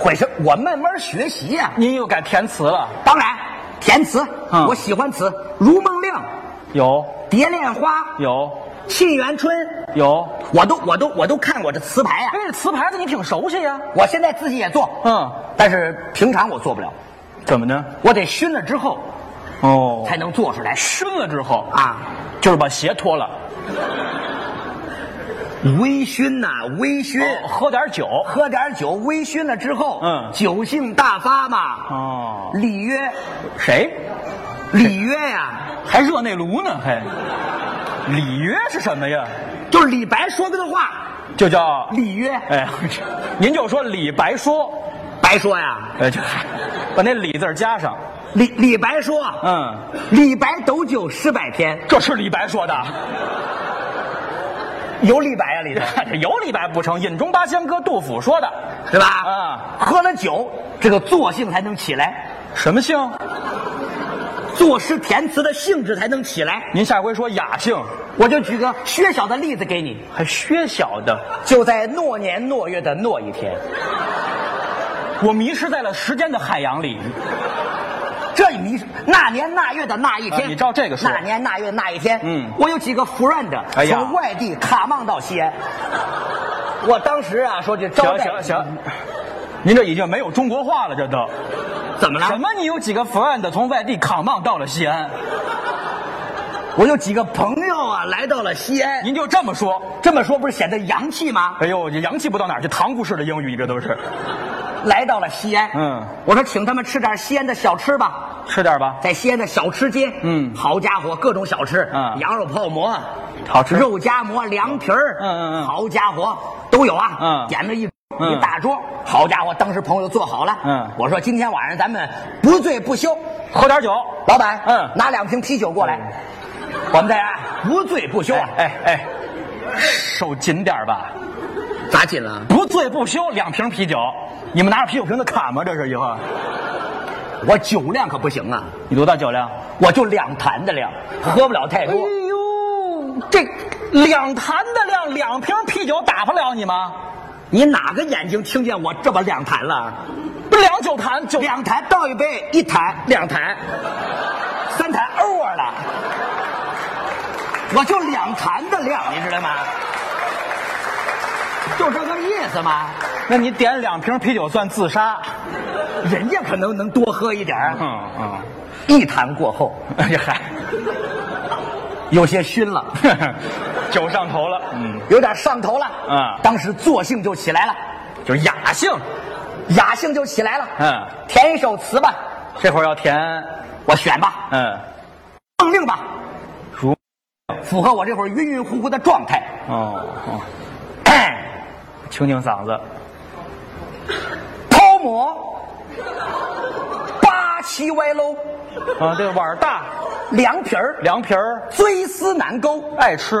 [SPEAKER 2] 毁事，我慢慢学习呀、
[SPEAKER 3] 您又改填词了？
[SPEAKER 2] 当然，填词，
[SPEAKER 3] 嗯
[SPEAKER 2] 我喜欢词，《如梦令》
[SPEAKER 3] 有
[SPEAKER 2] 《蝶恋花》《
[SPEAKER 3] 有
[SPEAKER 2] 沁园春》，
[SPEAKER 3] 有。
[SPEAKER 2] 我都我都我都看我这词牌呀、
[SPEAKER 3] 哎，这词牌子你挺熟悉呀、
[SPEAKER 2] 我现在自己也做，
[SPEAKER 3] 嗯，
[SPEAKER 2] 但是平常我做不了，
[SPEAKER 3] 怎么呢？
[SPEAKER 2] 我得熏了之后
[SPEAKER 3] 哦
[SPEAKER 2] 才能做出来。
[SPEAKER 3] 熏了之后啊，
[SPEAKER 2] 啊，
[SPEAKER 3] 就是把鞋脱了，
[SPEAKER 2] 微醺呐、微醺，
[SPEAKER 3] 哦喝点酒。
[SPEAKER 2] 喝点酒，微醺了之后，
[SPEAKER 3] 嗯
[SPEAKER 2] 酒性大发嘛。
[SPEAKER 3] 哦，
[SPEAKER 2] 里约，
[SPEAKER 3] 谁？
[SPEAKER 2] 里约呀、
[SPEAKER 3] 还热内卢呢？还里约是什么呀？
[SPEAKER 2] 就是李白说过的话，
[SPEAKER 3] 就叫
[SPEAKER 2] 里约。
[SPEAKER 3] 哎，您就说李白说，
[SPEAKER 2] 白说呀，
[SPEAKER 3] 哎，就把那李字儿加上。
[SPEAKER 2] 李李白说，
[SPEAKER 3] 嗯，
[SPEAKER 2] 李白斗酒诗百篇，
[SPEAKER 3] 这是李白说的。
[SPEAKER 2] 有李白啊，里头，
[SPEAKER 3] 这有李白不成？饮中八仙歌，杜甫说的。
[SPEAKER 2] 是吧？
[SPEAKER 3] [laughs] 啊
[SPEAKER 2] 喝了酒，这个作性才能起来。
[SPEAKER 3] 什么姓？
[SPEAKER 2] 作诗填词的兴致才能起来。
[SPEAKER 3] 您下回说雅兴，
[SPEAKER 2] 我就举个薛晓的例子给你，
[SPEAKER 3] 还薛晓的，
[SPEAKER 2] 就在诺年诺月的诺一天，
[SPEAKER 3] 我迷失在了时间的海洋里。
[SPEAKER 2] 这你那年那月的那一天，
[SPEAKER 3] 啊你照这个说
[SPEAKER 2] 那年那月那一天，
[SPEAKER 3] 嗯
[SPEAKER 2] 我有几个 friend
[SPEAKER 3] 哎呀
[SPEAKER 2] 从外地卡mang到西安，我当时啊说句招
[SPEAKER 3] 行
[SPEAKER 2] 待，
[SPEAKER 3] 行行，您这已经没有中国话了，这都。
[SPEAKER 2] 怎么了？
[SPEAKER 3] 什么？你有几个 friend 从外地扛棒到了西安？
[SPEAKER 2] 我有几个朋友啊来到了西安，
[SPEAKER 3] 您就这么说？
[SPEAKER 2] 这么说不是显得洋气吗？
[SPEAKER 3] 哎呦，这洋气不到哪儿去，唐古式的英语，你这都是。
[SPEAKER 2] 来到了西安，
[SPEAKER 3] 嗯，
[SPEAKER 2] 我说请他们吃点西安的小吃吧。
[SPEAKER 3] 吃点吧，
[SPEAKER 2] 在西安的小吃街，
[SPEAKER 3] 嗯
[SPEAKER 2] 好家伙，各种小吃，
[SPEAKER 3] 嗯
[SPEAKER 2] 羊肉泡馍，啊
[SPEAKER 3] 好吃
[SPEAKER 2] 肉夹馍、凉皮儿，
[SPEAKER 3] 嗯嗯嗯
[SPEAKER 2] 好家伙，都有啊，
[SPEAKER 3] 嗯
[SPEAKER 2] 点了一
[SPEAKER 3] 嗯
[SPEAKER 2] 一大桌，好家伙，当时朋友做好了，
[SPEAKER 3] 嗯
[SPEAKER 2] 我说今天晚上咱们不醉不休，
[SPEAKER 3] 喝点酒。
[SPEAKER 2] 老板，
[SPEAKER 3] 嗯
[SPEAKER 2] 拿两瓶啤酒过来，我们大家不醉不休啊，
[SPEAKER 3] 哎哎，手紧点儿吧，
[SPEAKER 2] 咋紧了？
[SPEAKER 3] 不醉不休，两瓶啤酒。你们拿着啤酒瓶子砍吗？这是以后？
[SPEAKER 2] 我酒量可不行啊，
[SPEAKER 3] 你多大酒量？
[SPEAKER 2] 我就两坛的量，喝不了太多。
[SPEAKER 3] 啊哎呦，这两坛的量，两瓶啤酒打不了你吗？
[SPEAKER 2] 你哪个眼睛听见我这么两坛了？
[SPEAKER 3] 不，两酒坛酒
[SPEAKER 2] 两坛倒一杯，一坛两坛，三坛 over 了，我就两坛的量，你知道吗？就这个意思吗？
[SPEAKER 3] 那你点两瓶啤酒算自杀？
[SPEAKER 2] 人家可能能多喝一点儿
[SPEAKER 3] 嗯嗯，
[SPEAKER 2] 一坛过后，
[SPEAKER 3] 哎呀嗨， [laughs]
[SPEAKER 2] 有些熏了，
[SPEAKER 3] 酒上头了，嗯，
[SPEAKER 2] 有点上头了。
[SPEAKER 3] 嗯
[SPEAKER 2] 当时作性就起来了，
[SPEAKER 3] 就是雅兴。
[SPEAKER 2] 雅兴就起来了。
[SPEAKER 3] 嗯，
[SPEAKER 2] 填一首词吧，
[SPEAKER 3] 这会儿要填，
[SPEAKER 2] 我选吧，
[SPEAKER 3] 嗯，
[SPEAKER 2] 命令吧，
[SPEAKER 3] 如，
[SPEAKER 2] 符合我这会儿晕晕乎乎的状态。哎
[SPEAKER 3] 哦哦，清清嗓子，
[SPEAKER 2] 泡馍，八旗歪喽，
[SPEAKER 3] 啊，这碗大，
[SPEAKER 2] 凉皮儿，
[SPEAKER 3] 凉皮儿，
[SPEAKER 2] 追思难勾。
[SPEAKER 3] 爱吃，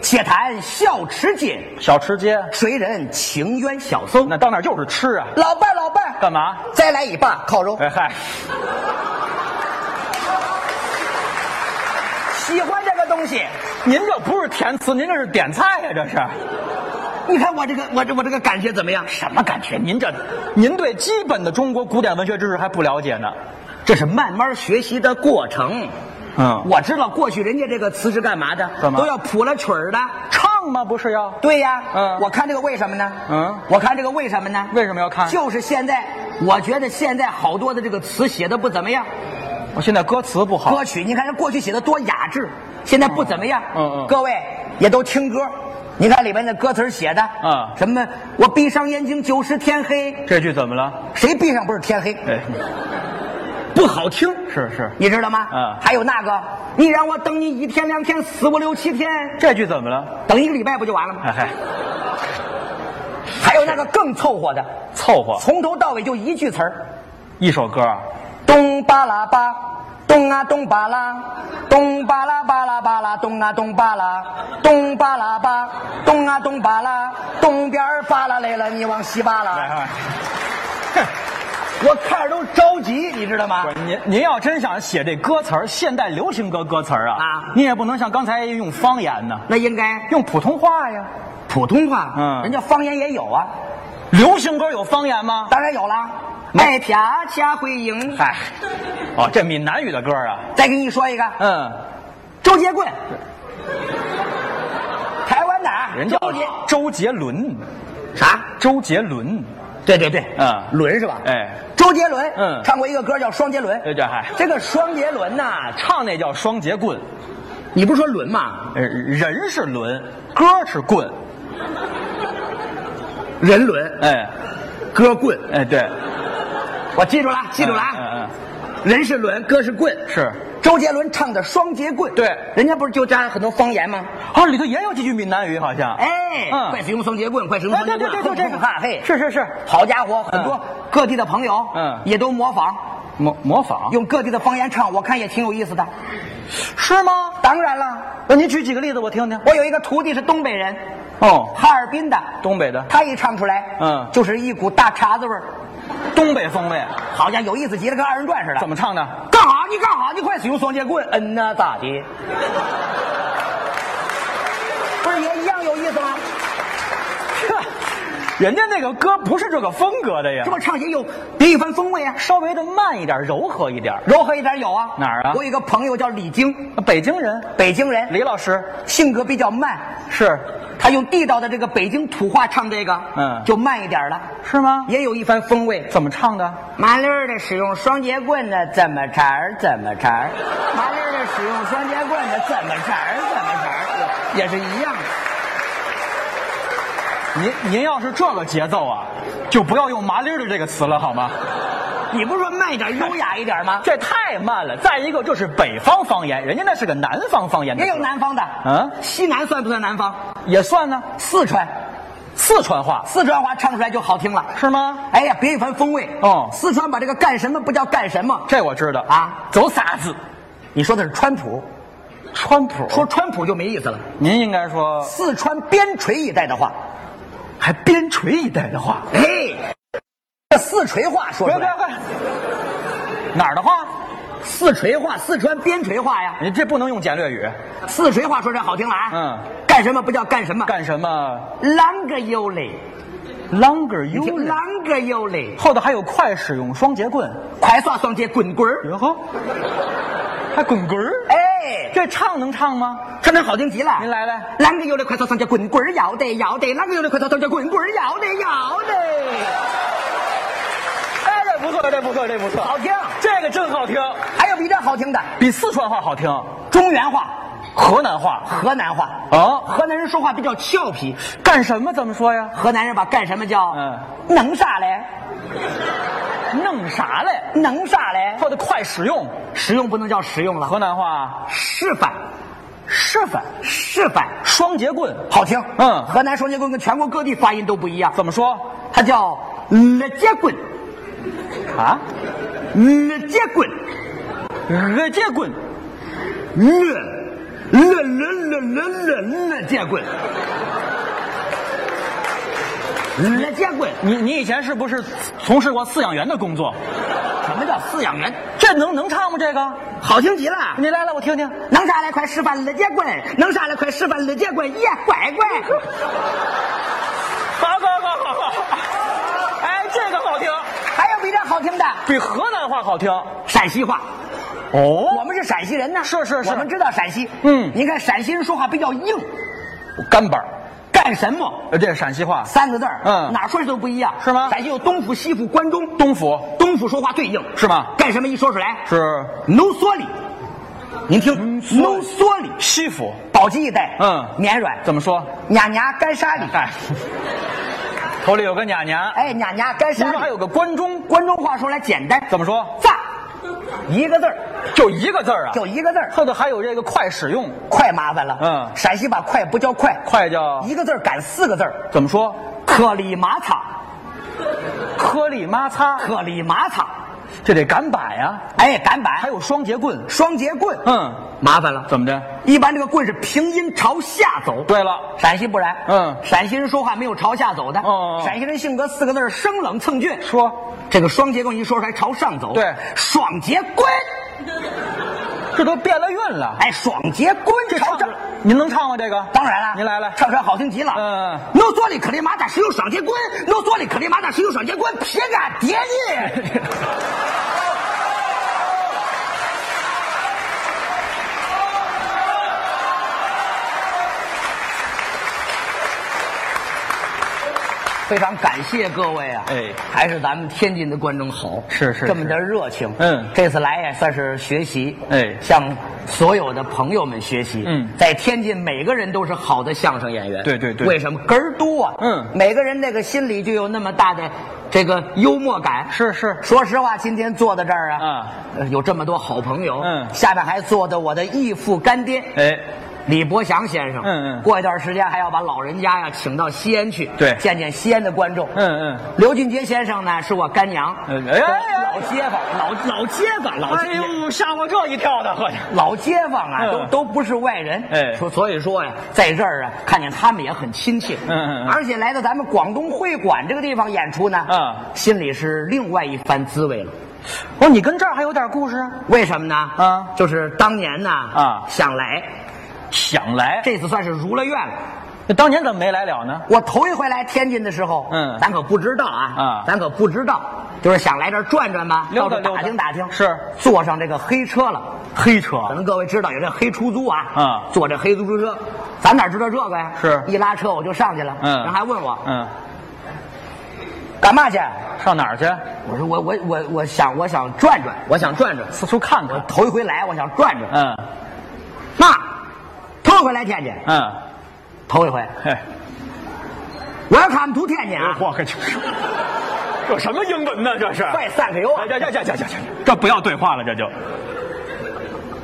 [SPEAKER 2] 且谈孝池街，
[SPEAKER 3] 小吃街，
[SPEAKER 2] 谁人情冤小搜？
[SPEAKER 3] 那到哪儿就是吃啊？
[SPEAKER 2] 老伴儿老伴儿，
[SPEAKER 3] 干嘛？
[SPEAKER 2] 再来一把烤肉，
[SPEAKER 3] 哎嗨，
[SPEAKER 2] 喜欢这个东西。
[SPEAKER 3] 您这不是填词，您这是点菜呀、这是
[SPEAKER 2] 你看我这个，我这我这个感觉怎么样？
[SPEAKER 3] 什么啊感觉？您这，您对基本的中国古典文学知识还不了解呢。
[SPEAKER 2] 这是慢慢学习的过程。
[SPEAKER 3] 嗯，
[SPEAKER 2] 我知道过去人家这个词是干嘛的，
[SPEAKER 3] 干嘛
[SPEAKER 2] 都要谱了曲儿的。
[SPEAKER 3] 唱吗？不是要？
[SPEAKER 2] 对呀，
[SPEAKER 3] 嗯
[SPEAKER 2] 我看这个为什么呢？
[SPEAKER 3] 嗯
[SPEAKER 2] 我看这个为什么呢？
[SPEAKER 3] 为什么要看？
[SPEAKER 2] 就是现在，我觉得现在好多的这个词写的不怎么样。
[SPEAKER 3] 我现在歌词不好，
[SPEAKER 2] 歌曲，你看人过去写的多雅致，现在不怎么样。
[SPEAKER 3] 嗯嗯
[SPEAKER 2] 各位也都听歌，你看里面的歌词写的，
[SPEAKER 3] 嗯
[SPEAKER 2] 什么我闭上眼睛就是天黑，
[SPEAKER 3] 这句怎么了？
[SPEAKER 2] 谁闭上不是天黑？
[SPEAKER 3] 哎，
[SPEAKER 2] [laughs] 不好听，
[SPEAKER 3] 是是，
[SPEAKER 2] 你知道吗？
[SPEAKER 3] 嗯
[SPEAKER 2] 还有那个，你让我等你一天两天四五六七天，
[SPEAKER 3] 这句怎么了？
[SPEAKER 2] 等一个礼拜不就完了吗？
[SPEAKER 3] 哎嗨，
[SPEAKER 2] 还有那个更凑合的，
[SPEAKER 3] 凑合
[SPEAKER 2] 从头到尾就一句词儿，
[SPEAKER 3] 一首
[SPEAKER 2] [laughs]
[SPEAKER 3] 歌啊。
[SPEAKER 2] 咚巴拉巴，咚啊咚巴拉，咚巴拉巴拉巴拉，咚啊咚巴拉，咚巴拉巴，咚啊咚巴拉，东边儿巴拉来了，你往西巴
[SPEAKER 3] 来
[SPEAKER 2] 拉。
[SPEAKER 3] 来，
[SPEAKER 2] 我看着 [laughs] 都着急，你知道吗
[SPEAKER 3] 不？是您您要真想写这歌词儿，现代流行歌歌词儿啊，
[SPEAKER 2] 啊
[SPEAKER 3] 您也不能像刚才用方言呢，
[SPEAKER 2] 那应该
[SPEAKER 3] 用普通话呀。
[SPEAKER 2] 普通话，
[SPEAKER 3] 嗯
[SPEAKER 2] 人家方言也有啊，
[SPEAKER 3] 流行歌有方言吗？
[SPEAKER 2] 当然有啦。爱撇掐会赢。
[SPEAKER 3] 嗨，哦，这闽南语的歌啊，
[SPEAKER 2] 再给你说一个，
[SPEAKER 3] 嗯，
[SPEAKER 2] 周杰棍，台湾哪儿？
[SPEAKER 3] 人叫
[SPEAKER 2] 周杰
[SPEAKER 3] 周杰伦，
[SPEAKER 2] 啥？
[SPEAKER 3] 周杰伦，
[SPEAKER 2] 对对对，
[SPEAKER 3] 嗯
[SPEAKER 2] 伦是吧？
[SPEAKER 3] 哎，
[SPEAKER 2] 周杰伦，
[SPEAKER 3] 嗯哎
[SPEAKER 2] 唱过一个歌叫《双杰伦》。
[SPEAKER 3] 这这嗨，
[SPEAKER 2] 这个双杰伦呐、
[SPEAKER 3] 唱那叫双节棍，
[SPEAKER 2] 你不是说伦吗？
[SPEAKER 3] 呃人是轮，歌是棍，
[SPEAKER 2] 人伦，
[SPEAKER 3] 哎
[SPEAKER 2] 歌棍，
[SPEAKER 3] 哎对，
[SPEAKER 2] 我记住了，记住了啊！
[SPEAKER 3] 嗯嗯
[SPEAKER 2] 人是伦，歌是棍，
[SPEAKER 3] 是
[SPEAKER 2] 周杰伦唱的《双截棍》。
[SPEAKER 3] 对
[SPEAKER 2] 人家不是就加了很多方言吗？
[SPEAKER 3] 哦，里头也有几句闽南语，好像，
[SPEAKER 2] 哎，
[SPEAKER 3] 嗯
[SPEAKER 2] 快使用双截棍，快使用
[SPEAKER 3] 哎
[SPEAKER 2] 双截
[SPEAKER 3] 对
[SPEAKER 2] 棍，
[SPEAKER 3] 对对，就这个
[SPEAKER 2] 哼哼哈嘿，
[SPEAKER 3] 是是是，
[SPEAKER 2] 好家伙，很多各地的朋友，
[SPEAKER 3] 嗯
[SPEAKER 2] 也都模仿，
[SPEAKER 3] 模模仿
[SPEAKER 2] 用各地的方言唱，我看也挺有意思的。
[SPEAKER 3] 是吗？
[SPEAKER 2] 当然了，
[SPEAKER 3] 那您举几个例子我听听。
[SPEAKER 2] 我有一个徒弟是东北人，
[SPEAKER 3] 哦，
[SPEAKER 2] 哈尔滨的，
[SPEAKER 3] 东北的，
[SPEAKER 2] 他一唱出来，
[SPEAKER 3] 嗯
[SPEAKER 2] 就是一股大碴子味儿，
[SPEAKER 3] 东北风味，
[SPEAKER 2] 啊好像有意思极了，跟二人转似的。
[SPEAKER 3] 怎么唱的？
[SPEAKER 2] 干啥哈？你干哈？你快使用双截棍！嗯呐，咋的？不是也一样有意思吗？
[SPEAKER 3] 嗯人家那个歌不是这个风格的呀
[SPEAKER 2] 这，不唱也有别一番风味啊，
[SPEAKER 3] 稍微的慢一点，柔和一点。
[SPEAKER 2] 柔和一点有啊。
[SPEAKER 3] 哪儿啊
[SPEAKER 2] 我有一个朋友叫李菁，
[SPEAKER 3] 北京人，
[SPEAKER 2] 北京人，
[SPEAKER 3] 李老师
[SPEAKER 2] 性格比较慢，
[SPEAKER 3] 是
[SPEAKER 2] 他用地道的这个北京土话唱这个，
[SPEAKER 3] 嗯
[SPEAKER 2] 就慢一点了，
[SPEAKER 3] 是吗？
[SPEAKER 2] 也有一番风味。
[SPEAKER 3] 怎么唱的？
[SPEAKER 2] 麻溜儿的使用双节棍呢，怎么茬儿怎么茬儿；麻溜儿的使用双节棍呢，怎么茬儿怎么茬儿，也是一样的。
[SPEAKER 3] 您您要是这个节奏啊，就不要用麻溜儿的这个词了好吗？
[SPEAKER 2] 你不是说慢一点、优雅一点吗？
[SPEAKER 3] 这太慢了。再一个就是北方方言，人家那是个南方方言的
[SPEAKER 2] 也
[SPEAKER 3] 歌，
[SPEAKER 2] 有南方的，
[SPEAKER 3] 嗯
[SPEAKER 2] 西南算不算南方？
[SPEAKER 3] 也算呢，
[SPEAKER 2] 四川，
[SPEAKER 3] 四川话
[SPEAKER 2] 四川话唱出来就好听了。
[SPEAKER 3] 是吗？
[SPEAKER 2] 哎呀，别一番风味
[SPEAKER 3] 哦
[SPEAKER 2] 四川把这个干什么不叫干什么，
[SPEAKER 3] 这我知道
[SPEAKER 2] 啊
[SPEAKER 3] 走啥字？
[SPEAKER 2] 你说的是川普，
[SPEAKER 3] 川普
[SPEAKER 2] 说川普就没意思了。
[SPEAKER 3] 您应该说
[SPEAKER 2] 四川边陲一带的话，
[SPEAKER 3] 还边陲一带的话。
[SPEAKER 2] 哎，这四陲话说
[SPEAKER 3] 别
[SPEAKER 2] 出
[SPEAKER 3] 别
[SPEAKER 2] 来，
[SPEAKER 3] 别！哪儿的话？
[SPEAKER 2] 四陲话，四川边陲话呀。
[SPEAKER 3] 你这不能用简略语。
[SPEAKER 2] 四川话说这好听了啊，
[SPEAKER 3] 嗯，
[SPEAKER 2] 干什么不叫干什么，
[SPEAKER 3] 干什么
[SPEAKER 2] 啷个有嘞， [laughs]
[SPEAKER 3] ？Longer you
[SPEAKER 2] 啷个有嘞，
[SPEAKER 3] 后头还有快使用双节棍，
[SPEAKER 2] 快耍双截滚滚儿，
[SPEAKER 3] 哟呵，还滚滚儿。
[SPEAKER 2] 哎，
[SPEAKER 3] 这唱能唱吗？
[SPEAKER 2] 唱的好听极了。
[SPEAKER 3] 您来来，
[SPEAKER 2] 啷个有嘞，快耍双截滚滚儿，摇得摇得，啷个有嘞，快耍双截滚滚儿，摇得摇得，
[SPEAKER 3] 哎，这不错，这不错，这不错
[SPEAKER 2] 好听。
[SPEAKER 3] 这个真好听，
[SPEAKER 2] 还有比这好听的，
[SPEAKER 3] 比四川话好听，
[SPEAKER 2] 中原话、
[SPEAKER 3] 河南话
[SPEAKER 2] 河南话，
[SPEAKER 3] 啊。
[SPEAKER 2] 河南人说话比较俏皮，
[SPEAKER 3] 干什么怎么说呀？
[SPEAKER 2] 河南人把干什么叫，
[SPEAKER 3] 嗯
[SPEAKER 2] 能啥嘞，
[SPEAKER 3] 弄啥嘞？
[SPEAKER 2] 能啥嘞，
[SPEAKER 3] 说的快使用，
[SPEAKER 2] 实用不能叫实用了，
[SPEAKER 3] 河南话
[SPEAKER 2] 示范，
[SPEAKER 3] 示范
[SPEAKER 2] 示范。
[SPEAKER 3] 双节棍
[SPEAKER 2] 好听，
[SPEAKER 3] 嗯
[SPEAKER 2] 河南双截棍跟全国各地发音都不一样，
[SPEAKER 3] 怎么说
[SPEAKER 2] 它叫了节棍，
[SPEAKER 3] 啊？
[SPEAKER 2] 了节棍，
[SPEAKER 3] 呃，节棍，
[SPEAKER 2] 了了了了了了了节棍，了节棍，
[SPEAKER 3] 你你以前是不是从事过饲养员的工作？
[SPEAKER 2] 什么叫饲养员？
[SPEAKER 3] 这能能唱吗？这个
[SPEAKER 2] 好听极了。
[SPEAKER 3] 你来来，我听听。
[SPEAKER 2] 能啥来快示范了节棍，能啥来快示范了节棍，耶乖乖，
[SPEAKER 3] 好好好好好，哎，这个好听，
[SPEAKER 2] 还有比这好听的
[SPEAKER 3] 比河南话好听。
[SPEAKER 2] 陕西话。
[SPEAKER 3] 哦，
[SPEAKER 2] 我们是陕西人呢，
[SPEAKER 3] 是是是
[SPEAKER 2] 我们知道陕西。
[SPEAKER 3] 嗯
[SPEAKER 2] 您看陕西人说话比较硬，
[SPEAKER 3] 干板儿，
[SPEAKER 2] 干什么？
[SPEAKER 3] 呃，这是陕西话。
[SPEAKER 2] 三个字儿，
[SPEAKER 3] 嗯
[SPEAKER 2] 哪儿说去都不一样，
[SPEAKER 3] 是吗
[SPEAKER 2] 陕西有东府、西府、关中，
[SPEAKER 3] 东府
[SPEAKER 2] 东府说话最硬，
[SPEAKER 3] 是吗？
[SPEAKER 2] 干什么一说出来
[SPEAKER 3] 是
[SPEAKER 2] ，no 缩里，您听
[SPEAKER 3] 嗦
[SPEAKER 2] ，no 缩里，
[SPEAKER 3] 西府，
[SPEAKER 2] 宝鸡一带，
[SPEAKER 3] 嗯
[SPEAKER 2] 绵软，
[SPEAKER 3] 怎么说？
[SPEAKER 2] 娘娘干沙里，
[SPEAKER 3] 哎， [laughs] 头里有个娘娘。
[SPEAKER 2] 哎，娘娘干
[SPEAKER 3] 您
[SPEAKER 2] 沙
[SPEAKER 3] 说还
[SPEAKER 2] 里，
[SPEAKER 3] 有个关中，
[SPEAKER 2] 关中话说来简单，
[SPEAKER 3] 怎么说？
[SPEAKER 2] 赞，一个字儿，
[SPEAKER 3] 就一个字儿啊。
[SPEAKER 2] 就一个字儿，
[SPEAKER 3] 后头还有这个快使用，
[SPEAKER 2] 快麻烦了，
[SPEAKER 3] 嗯
[SPEAKER 2] 陕西把快不叫快，
[SPEAKER 3] 快叫
[SPEAKER 2] 一个字儿赶四个字儿，
[SPEAKER 3] 怎么说？
[SPEAKER 2] 颗粒麻擦，
[SPEAKER 3] 颗粒摩擦，
[SPEAKER 2] 颗粒麻擦，
[SPEAKER 3] 这得赶板呀、
[SPEAKER 2] 哎，赶板，
[SPEAKER 3] 还有双节棍。
[SPEAKER 2] 双节棍，
[SPEAKER 3] 嗯，
[SPEAKER 2] 麻烦了。
[SPEAKER 3] 怎么的？
[SPEAKER 2] 一般这个棍是平音朝下走，
[SPEAKER 3] 对了，
[SPEAKER 2] 陕西不然。
[SPEAKER 3] 嗯
[SPEAKER 2] 陕西人说话没有朝下走的。
[SPEAKER 3] 哦哦
[SPEAKER 2] 陕西人性格四个字儿生冷蹭倔。
[SPEAKER 3] 说
[SPEAKER 2] 这个双节棍一说出来朝上走，
[SPEAKER 3] 对
[SPEAKER 2] 爽节棍，
[SPEAKER 3] 这都变了运了。
[SPEAKER 2] 哎，爽节棍
[SPEAKER 3] 这
[SPEAKER 2] 朝
[SPEAKER 3] 唱
[SPEAKER 2] 上。
[SPEAKER 3] 您能唱吗？这个？
[SPEAKER 2] 当然了，
[SPEAKER 3] 您来来
[SPEAKER 2] 唱出来好听极了。
[SPEAKER 3] 嗯
[SPEAKER 2] ，no 左里可里马达使用爽节棍，no 左里可里马达使用爽节棍，撇俺爹
[SPEAKER 3] [laughs]
[SPEAKER 2] 你。非常感谢各位啊！
[SPEAKER 3] 哎
[SPEAKER 2] 还是咱们天津的观众好，
[SPEAKER 3] 是是
[SPEAKER 2] 这么点热情。
[SPEAKER 3] 嗯
[SPEAKER 2] 这次来也算是学习，
[SPEAKER 3] 哎
[SPEAKER 2] 向所有的朋友们学习。
[SPEAKER 3] 嗯
[SPEAKER 2] 在天津每个人都是好的相声演员。
[SPEAKER 3] 对对对
[SPEAKER 2] 为什么根儿多啊？
[SPEAKER 3] 嗯
[SPEAKER 2] 每个人那个心里就有那么大的这个幽默感。
[SPEAKER 3] 是是
[SPEAKER 2] 说实话，今天坐在这儿啊
[SPEAKER 3] 啊，
[SPEAKER 2] 呃有这么多好朋友，
[SPEAKER 3] 嗯
[SPEAKER 2] 下面还坐着我的义父干爹，
[SPEAKER 3] 哎，
[SPEAKER 2] 李伯祥先生，
[SPEAKER 3] 嗯嗯
[SPEAKER 2] 过一段时间还要把老人家呀请到西安去，
[SPEAKER 3] 对
[SPEAKER 2] 见见西安的观众，
[SPEAKER 3] 嗯嗯。
[SPEAKER 2] 刘俊杰先生呢是我干娘，
[SPEAKER 3] 哎哎哎
[SPEAKER 2] 老街坊，老老街坊，老街
[SPEAKER 3] 哎呦，吓我这一跳的，合着。
[SPEAKER 2] 老街坊啊，
[SPEAKER 3] 嗯
[SPEAKER 2] 都都不是外人，
[SPEAKER 3] 哎
[SPEAKER 2] 说所以说呀，在这儿啊，看见他们也很亲切，
[SPEAKER 3] 嗯嗯嗯
[SPEAKER 2] 而且来到咱们广东会馆这个地方演出呢，
[SPEAKER 3] 嗯
[SPEAKER 2] 心里是另外一番滋味了。
[SPEAKER 3] 我说哦你跟这儿还有点故事啊？
[SPEAKER 2] 为什么呢？
[SPEAKER 3] 啊
[SPEAKER 2] 就是当年呢，
[SPEAKER 3] 啊
[SPEAKER 2] 想来，
[SPEAKER 3] 想来，
[SPEAKER 2] 这次算是如了愿了。
[SPEAKER 3] 这当年怎么没来了呢？
[SPEAKER 2] 我头一回来天津的时候，
[SPEAKER 3] 嗯
[SPEAKER 2] 咱可不知道啊，
[SPEAKER 3] 啊
[SPEAKER 2] 咱可不知道，就是想来这儿转转吧，
[SPEAKER 3] 溜达
[SPEAKER 2] 到处
[SPEAKER 3] 溜达
[SPEAKER 2] 打听打听。
[SPEAKER 3] 是
[SPEAKER 2] 坐上这个黑车了，
[SPEAKER 3] 黑车
[SPEAKER 2] 可能各位知道有这黑出租啊，
[SPEAKER 3] 啊
[SPEAKER 2] 坐这黑出租车，咱哪知道这个呀？
[SPEAKER 3] 是
[SPEAKER 2] 一拉车我就上去了，
[SPEAKER 3] 嗯
[SPEAKER 2] 人还问我
[SPEAKER 3] 嗯，
[SPEAKER 2] 干嘛去？
[SPEAKER 3] 上哪儿去？
[SPEAKER 2] 我说我我我我想我想转转，我想转转，
[SPEAKER 3] 四处看看。
[SPEAKER 2] 头一回来我想转转。
[SPEAKER 3] 嗯
[SPEAKER 2] 妈，头一回来天津，
[SPEAKER 3] 嗯，
[SPEAKER 2] 头一回，
[SPEAKER 3] 嘿，
[SPEAKER 2] 我要看不出天津啊，
[SPEAKER 3] 哎我可就是，这什么英文呢？这是哎
[SPEAKER 2] 快散开油啊！
[SPEAKER 3] 这这这这这，这不要对话了，这就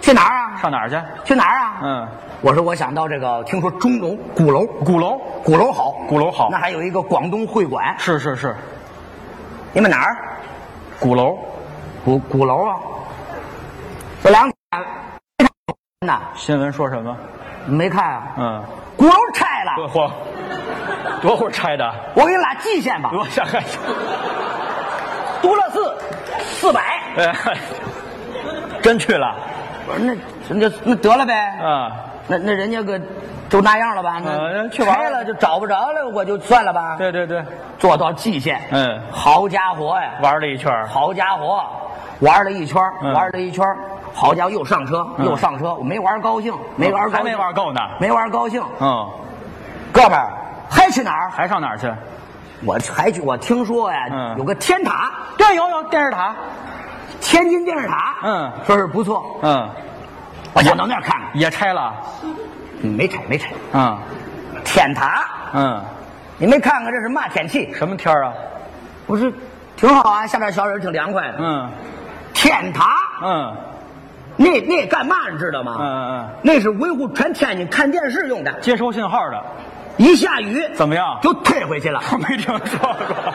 [SPEAKER 2] 去哪儿啊？
[SPEAKER 3] 上哪儿去？
[SPEAKER 2] 去哪儿啊？
[SPEAKER 3] 嗯，
[SPEAKER 2] 我说我想到这个，听说钟楼鼓楼，
[SPEAKER 3] 鼓楼，
[SPEAKER 2] 鼓楼好，
[SPEAKER 3] 鼓楼好
[SPEAKER 2] 那还有一个广东会馆，
[SPEAKER 3] 是是是，
[SPEAKER 2] 你们哪儿？
[SPEAKER 3] 鼓楼，
[SPEAKER 2] 鼓鼓楼啊。这两天呢
[SPEAKER 3] 新闻说什么？
[SPEAKER 2] 没看啊，
[SPEAKER 3] 嗯，
[SPEAKER 2] 鼓楼拆了，
[SPEAKER 3] 嚯，多会儿拆 [laughs] 的？
[SPEAKER 2] 我给你俩蓟县吧，
[SPEAKER 3] 我想 [laughs] 看，
[SPEAKER 2] 独乐寺四百，
[SPEAKER 3] 哎，真去了
[SPEAKER 2] 我说那那那得了呗，
[SPEAKER 3] 啊？
[SPEAKER 2] 那那人家个就那样了吧？那
[SPEAKER 3] 呃去玩儿
[SPEAKER 2] 拆了就找不着了，我就算了吧。
[SPEAKER 3] 对对对，
[SPEAKER 2] 坐到蓟县，
[SPEAKER 3] 嗯
[SPEAKER 2] 好家伙呀，
[SPEAKER 3] 玩了一圈儿，
[SPEAKER 2] 好家伙，玩了一圈儿，
[SPEAKER 3] 嗯
[SPEAKER 2] 玩了一圈儿，好家伙，又上车，
[SPEAKER 3] 嗯
[SPEAKER 2] 又上车，我没玩高兴，没玩高兴，
[SPEAKER 3] 还没玩够呢
[SPEAKER 2] 没玩高兴。
[SPEAKER 3] 嗯，
[SPEAKER 2] 哥们儿还去哪儿？
[SPEAKER 3] 还上哪儿去？
[SPEAKER 2] 我还去，我听说呀，
[SPEAKER 3] 嗯
[SPEAKER 2] 有个天塔，
[SPEAKER 3] 对，有有电视塔，
[SPEAKER 2] 天津电视塔，
[SPEAKER 3] 嗯
[SPEAKER 2] 说是不错，
[SPEAKER 3] 嗯，
[SPEAKER 2] 我想到那儿看看。
[SPEAKER 3] 也拆了，
[SPEAKER 2] 没拆，没拆，
[SPEAKER 3] 嗯
[SPEAKER 2] 天塔，
[SPEAKER 3] 嗯，
[SPEAKER 2] 你没看看这是嘛天气？
[SPEAKER 3] 什么天儿啊？
[SPEAKER 2] 不是，挺好啊，下边小水挺凉快的。
[SPEAKER 3] 嗯
[SPEAKER 2] 天塔，
[SPEAKER 3] 嗯
[SPEAKER 2] 那那干嘛你知道吗？
[SPEAKER 3] 嗯嗯，
[SPEAKER 2] 那是维护全天津看电视用的，
[SPEAKER 3] 接收信号的，
[SPEAKER 2] 一下雨
[SPEAKER 3] 怎么样？
[SPEAKER 2] 就推回去了。
[SPEAKER 3] 没听说过，